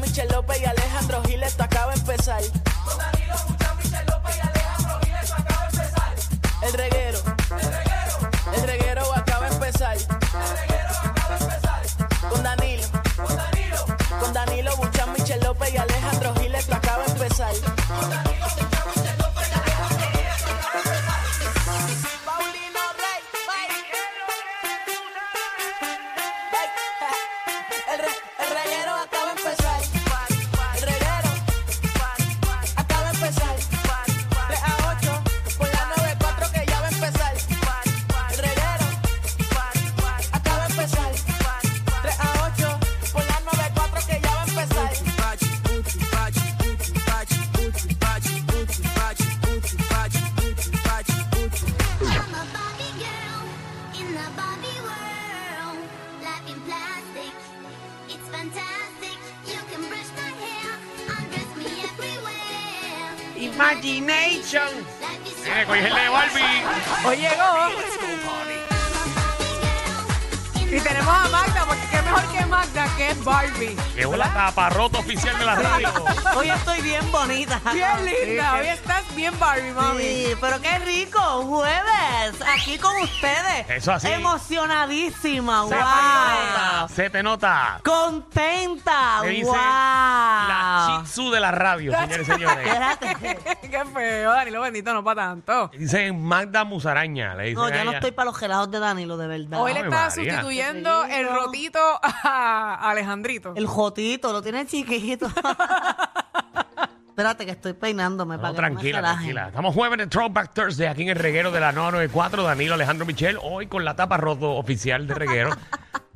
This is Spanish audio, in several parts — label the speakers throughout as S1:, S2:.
S1: Michel López y Alejandro Gil, esto acaba de empezar.
S2: Con Danilo Buchan, Michel López y Alejandro Gil, esto acaba de empezar.
S1: El reguero,
S2: El reguero,
S1: el reguero acaba de empezar.
S2: el reguero acaba de empezar.
S1: Con Danilo,
S2: Con Danilo,
S1: con Danilo Buchan, Michel López y Alejandro Gil, esto acaba de empezar.
S2: Paulino Rey,
S1: El, re- el reguero acaba de empezar. El reguero acaba de empezar. 3 a 8, por la 94 que ya va a empezar. El reguero acaba de empezar. 3 a 8, por la 94 que ya va a empezar.
S3: I'm a Barbie girl in the Barbie world. Life in plastic, it's fantastic. You can brush my hair, undress me everywhere.
S4: Imagination.
S3: Life is
S5: Viene, coge Eh, el de Barbie.
S1: Hoy llegó y tenemos a Magda, porque qué mejor que Magda que es Barbie.
S5: Llegó la taparrota oficial de la radio.
S6: Hoy estoy bien bonita.
S1: Bien linda, hoy estás bien Barbie, mami.
S6: Sí, pero qué rico, un jueves, aquí con ustedes.
S5: Eso así.
S6: Emocionadísima,
S5: Se
S6: wow.
S5: te nota, Se te nota.
S6: Contenta,
S5: Me dice
S6: wow.
S5: la chitsu de la radio, señores y señores.
S6: Espérate.
S1: Qué feo, Danilo bendito, no para tanto.
S5: Dicen Magda Musaraña. Le dicen
S6: No,
S5: a
S6: yo no
S5: ella.
S6: estoy para los gelados de Danilo, de verdad.
S1: Hoy le
S5: Ave
S1: está
S5: María.
S1: sustituyendo el
S6: Querido.
S1: rotito a Alejandrito.
S6: El jotito, lo tiene chiquito. Espérate que estoy peinándome
S5: No,
S6: para que no me
S5: tranquila,
S6: relajen.
S5: tranquila. Estamos jueves de Throwback Thursday aquí en el reguero de la 994. Danilo Alejandro Michel, hoy con la tapa roto oficial de reguero,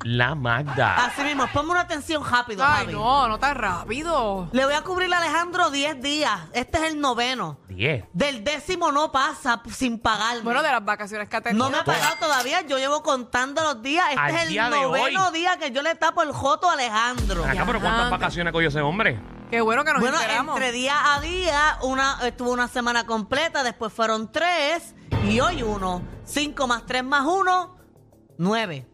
S5: la Magda.
S6: Así mismo, ponme una atención rápido,
S1: Ay,
S6: Javi.
S1: no, no tan rápido.
S6: Le voy a cubrir a Alejandro 10 días. Este es el noveno.
S5: 10.
S6: Del décimo no pasa p- sin pagarme.
S1: Bueno, de las vacaciones que ha tenido.
S6: no me ha pagado todavía. Yo llevo contando los días. Este
S5: Al
S6: es el
S5: día de
S6: noveno
S5: hoy. Ah.
S6: día que yo le tapo el joto a Alejandro.
S5: Acá, pero ¿cuántas vacaciones cogió ese hombre?
S1: Qué bueno que nos
S6: Bueno,
S1: enteramos.
S6: entre día a día, una estuvo una semana completa, después fueron tres y hoy uno. Cinco más tres más uno, nueve.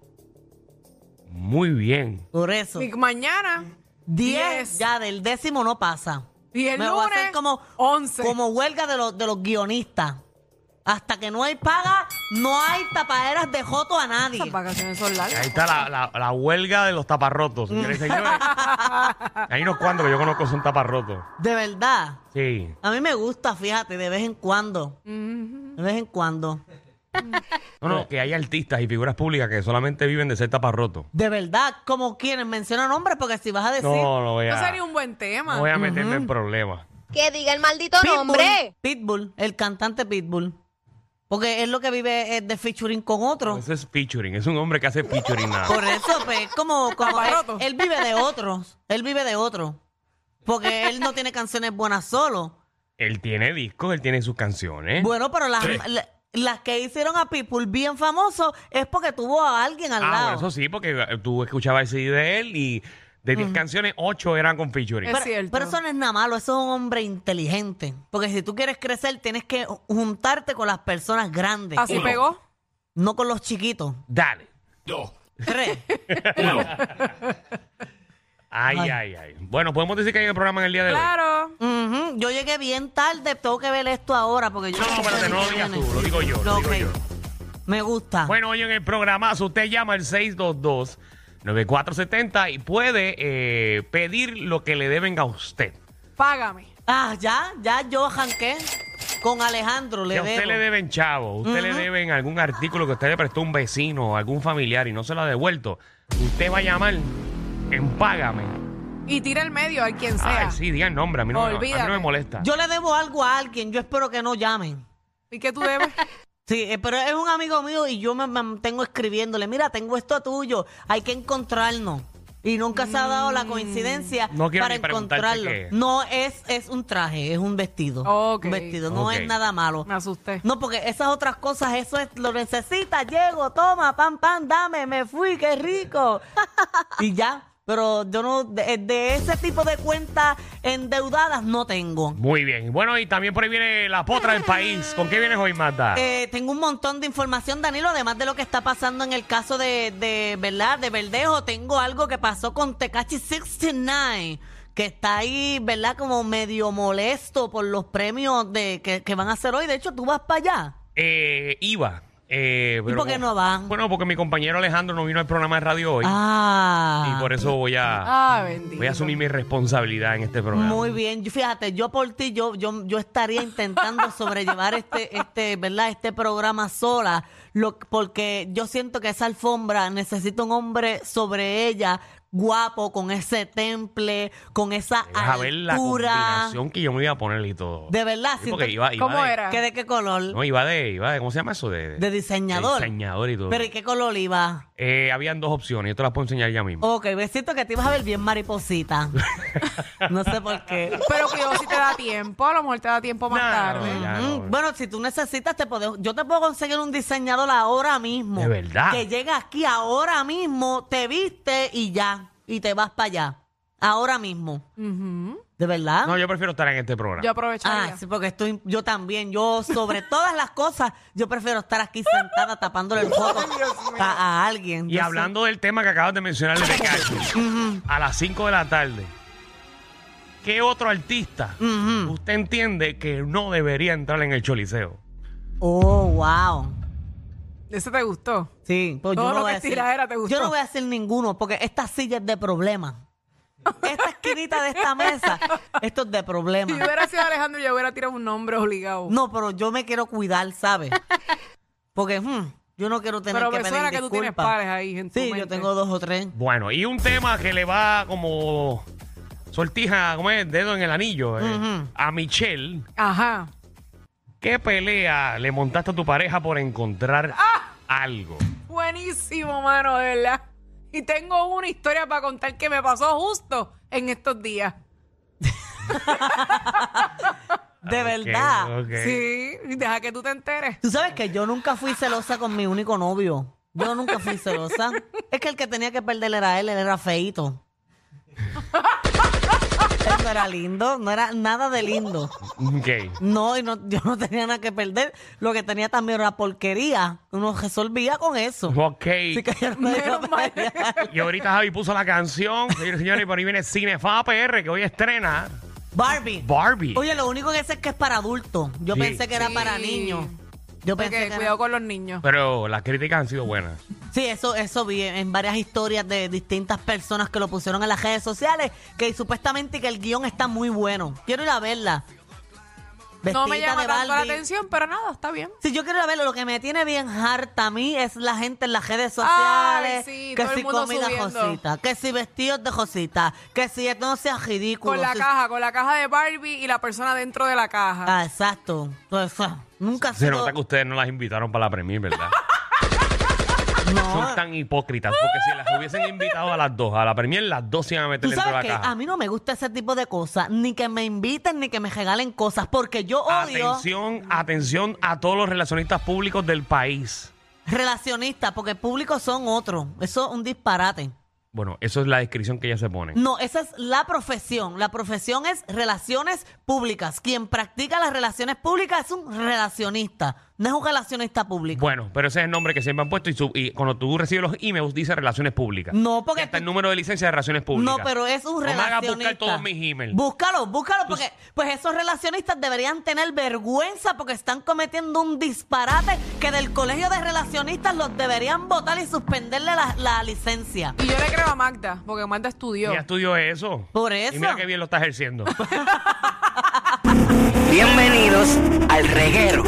S5: Muy bien.
S6: Por eso.
S1: Y mañana,
S6: Diez.
S1: diez.
S6: Ya del décimo no pasa.
S1: Y el
S6: Me
S1: lunes,
S6: voy a hacer como,
S1: once.
S6: como huelga de los, de los guionistas. Hasta que no hay paga, no hay tapaderas de joto a nadie.
S1: esas vacaciones son
S5: Ahí
S1: largas.
S5: está la, la- la huelga de los taparrotos, señores y señores. Hay unos cuantos que yo conozco son taparrotos.
S6: De verdad.
S5: Sí.
S6: A mí me gusta, fíjate, de vez en cuando. De vez en cuando.
S5: No, no, que hay artistas y figuras públicas que solamente viven de ser taparrotos.
S6: De verdad, como quienes menciona nombres, porque si vas a decir.
S5: No, no voy
S1: Eso
S5: a,
S1: sería un buen tema.
S5: no voy a meterme en problemas.
S7: Que diga el maldito nombre.
S6: Pitbull, el cantante Pitbull. Porque es lo que vive eh, de featuring con otro.
S5: Eso es featuring. Es un hombre que hace featuring nada.
S6: Por eso, pues, es como, como él,
S1: Taparroto.
S6: él vive de otros. Él vive de otros. Porque él no tiene canciones buenas solo.
S5: Él tiene discos, él tiene sus canciones.
S6: Bueno, pero las, la- las que hicieron a Pitbull bien famoso es porque tuvo a alguien al
S5: ah,
S6: lado.
S5: bueno, eso sí, porque eh, tú escuchabas el CD de él y de 10 canciones, 8 eran con featuring.
S1: Es
S6: pero,
S1: cierto.
S6: pero eso no es nada malo, eso es un hombre inteligente. Porque si tú quieres crecer, tienes que juntarte con las personas grandes,
S1: Así
S5: Uno.
S1: pegó.
S6: no con los chiquitos.
S5: Dale.
S6: Tres.
S5: Ay, ay,
S6: Ay.
S5: ay, Bueno, podemos decir que hay un programa en el día de hoy.
S1: Claro.
S6: Ujú, Yo llegué bien tarde, tengo que ver esto ahora porque yo
S5: No, espérate, no lo digas tú, lo digo yo, lo digo
S6: Ok.
S5: yo.
S6: Me gusta.
S5: Bueno, hoy en el programazo usted llama al 622-9470 y puede eh, pedir lo que le deben a usted.
S1: Págame.
S6: Ah, ya, ya yo arranqué con Alejandro.
S5: Si
S6: Le
S5: a usted
S6: debo.
S5: le deben chavo, usted le deben algún artículo que usted le prestó a un vecino o algún familiar y no se lo ha devuelto, usted va a llamar en Págame.
S1: Y tira el medio al quien sea.
S5: Ay, sí, digan nombre, a mí no, me- a mí no me
S1: Olvídate.
S5: molesta.
S6: Yo le debo algo a alguien, yo espero que no llamen.
S1: ¿Y qué tú debes?
S6: Sí, eh, pero es un amigo mío y yo me mantengo escribiéndole, mira, tengo esto a tuyo, hay que encontrarnos. Y nunca se ha dado la coincidencia
S5: No quiero
S6: para
S5: ni preguntarte
S6: encontrarlo.
S5: qué es.
S6: No es, es un traje, es un vestido.
S1: Ok.
S6: Un vestido, no
S5: Ok.
S6: es nada malo.
S1: Me asusté.
S6: No, porque esas otras cosas, eso es, lo necesitas, llego, toma, pam, pam, dame, me fui, qué rico. y ya, pero yo no, de, de ese tipo de cuentas endeudadas no tengo.
S5: Muy bien. Bueno, y también por ahí viene la potra del país. ¿Con qué vienes hoy, Magda?
S6: Eh, tengo un montón de información, Danilo, además de lo que está pasando en el caso de, de ¿verdad? De Verdejo, tengo algo que pasó con Tecachi 69, que que está ahí, ¿verdad? Como medio molesto por los premios de que, que van a hacer hoy. De hecho, tú vas para allá.
S5: Eh, iba. eh,
S6: ¿Y
S5: pero
S6: por qué
S5: como-
S6: no van?
S5: Bueno, porque mi compañero Alejandro no vino al programa de radio hoy.
S6: Ah.
S5: y por eso voy a,
S8: Ah, bendito.
S5: voy a asumir mi responsabilidad en este programa.
S6: Muy bien, Yo- fíjate, yo por ti, yo, yo, yo estaría intentando sobrellevar este, este, ¿verdad? Este programa sola, lo, porque yo siento que esa alfombra necesita un hombre sobre ella, guapo, con ese temple, con esa
S5: Vas a ver la
S6: altura.
S5: combinación que yo me iba a poner y todo.
S6: De verdad,
S5: Sí,
S6: siento
S5: porque iba, iba
S8: ¿Cómo
S5: de,
S8: era?
S6: que de qué color.
S5: No, iba de, iba de, ¿cómo se llama eso? De,
S6: de diseñador.
S5: de diseñador y todo.
S6: Pero ¿y qué color iba?
S5: Eh, habían dos opciones, yo te las puedo enseñar ya mismo.
S6: Ok, me siento que te ibas a ver bien mariposita. no sé por qué.
S8: Pero cuidado si te da tiempo, a lo mejor te da tiempo más
S5: No,
S8: tarde.
S5: no, Pues ya
S6: Mm,
S5: no.
S6: Bueno, si tú necesitas, te puedo, yo te puedo conseguir un diseñador ahora mismo.
S5: De verdad.
S6: Que llega aquí ahora mismo, te viste y ya. Y te vas para allá. Ahora mismo.
S8: Ujú.
S6: ¿De verdad?
S5: No, yo prefiero estar en este programa.
S8: Yo aprovecharía.
S6: ah, sí, porque estoy, yo también. Yo, sobre todas las cosas, yo prefiero estar aquí sentada tapándole el foco a, a alguien.
S5: y
S6: Yo sé-
S5: hablando del tema que acabas de mencionar de Pikachu, a las 5 de la tarde, ¿qué otro artista
S6: Ujú.
S5: usted entiende que no debería entrar en el choliseo?
S6: Oh, wow.
S8: ¿Ese te gustó?
S6: Sí, pues
S8: Todo
S6: yo no
S8: lo
S6: voy
S8: que
S6: a decir,
S8: tiradera te gustó.
S6: Yo no voy a hacer ninguno porque esta silla es de problema. Esta esquinita de esta mesa, esto es de
S8: Si
S6: problema.
S8: hubiera sido Alejandro, yo hubiera tirado un nombre obligado.
S6: No, pero yo me quiero cuidar, ¿sabes? Porque hmm, yo no quiero tener
S8: Pero
S6: que
S8: me
S6: pedir
S8: suena que tú tienes
S6: disculpas.
S8: pares ahí en tu
S6: Sí, yo
S8: mente.
S6: tengo dos o tres.
S5: Bueno, y un tema que le va como sortija, ¿cómo es? Dedo en el anillo. eh,
S6: Ujú.
S5: A Michelle,
S8: Ajá.
S5: ¿qué pelea le montaste a tu pareja por encontrar
S6: Ah.
S5: algo?
S8: Buenísimo, mano, de verdad. Y tengo una historia para contar que me pasó justo en estos días.
S6: De
S5: Ok,
S6: verdad.
S5: ok.
S8: Sí, deja que tú te enteres.
S6: Tú sabes que yo nunca fui celosa con mi único novio. Yo nunca fui celosa. es que el que tenía que perder era él, él era feito. él no era lindo, no era nada de lindo.
S5: Ok.
S6: No, y no, yo no tenía nada que perder. Lo que tenía también era porquería. Uno resolvía con eso.
S5: Ok.
S6: Así que yo no me iba a
S8: Menos mal.
S6: pelear.
S5: Y ahorita Javi puso la canción. Señores y señores, por ahí viene Cinefa PR, que hoy estrena
S6: Barbie.
S5: Barbie.
S6: Oye, lo único que sé es que es para adultos. Yo
S5: Sí.
S6: pensé que era
S8: Sí.
S6: para niños. Yo
S8: Porque
S6: pensé que era-
S8: cuidado con los niños.
S5: Pero las críticas han sido buenas.
S6: Sí, eso, eso vi en varias historias de distintas personas que lo pusieron en las redes sociales, que supuestamente que el guión está muy bueno. Quiero ir a verla.
S8: No me
S6: Vestidita
S8: llama
S6: de
S8: tanto la
S6: Barbie.
S8: atención, pero nada, está bien.
S6: Si yo quiero ir a verlo, lo que me tiene bien harta a mí es la gente en las redes
S8: Ay,
S6: sociales.
S8: sí,
S6: que
S8: todo el
S6: si
S8: mundo
S6: comida
S8: subiendo.
S6: Josita, que si vestidos de Josita, que si esto no sea ridículo.
S8: Con la
S6: si-
S8: caja, con la caja de Barbie y la persona dentro de la caja.
S6: Ah, exacto. Pues, ah, nunca
S5: Se
S6: sido-
S5: nota que ustedes no las invitaron para la premier, ¿verdad?
S6: No.
S5: Son tan hipócritas. Porque si las hubiesen invitado a las dos, a la premier, las dos se iban a meter
S6: Tú
S5: dentro de
S6: sabes
S5: la
S6: que
S5: caja.
S6: a mí no me gusta ese tipo de cosas, ni que me inviten ni que me regalen cosas, porque yo odio
S5: Atención, atención a todos los relacionistas públicos del país.
S6: relacionistas, porque públicos son otros. Eso es un disparate.
S5: Bueno, eso es la descripción que ella se pone.
S6: No, esa es la profesión. La profesión es relaciones públicas. Quien practica las relaciones públicas es un relacionista, no es un relacionista público.
S5: Bueno, pero ese es el nombre que siempre han puesto y, su- y cuando tú recibes los emails dice relaciones públicas.
S6: No, porque
S5: Y hasta
S6: tú-
S5: el número de licencia de relaciones públicas.
S6: No, pero es
S5: No
S6: un
S5: me
S6: relacionista.
S5: hagas buscar todos mis emails.
S6: Búscalo, búscalo, porque pues esos relacionistas deberían tener vergüenza porque están cometiendo un disparate que del colegio de relacionistas los deberían votar y suspenderle la, la licencia.
S8: Y yo le creo a Magda, porque Magda estudió.
S5: Ella estudió eso.
S6: Por
S5: Y
S6: eso.
S5: mira qué bien lo está ejerciendo.
S4: Bienvenidos al reguero.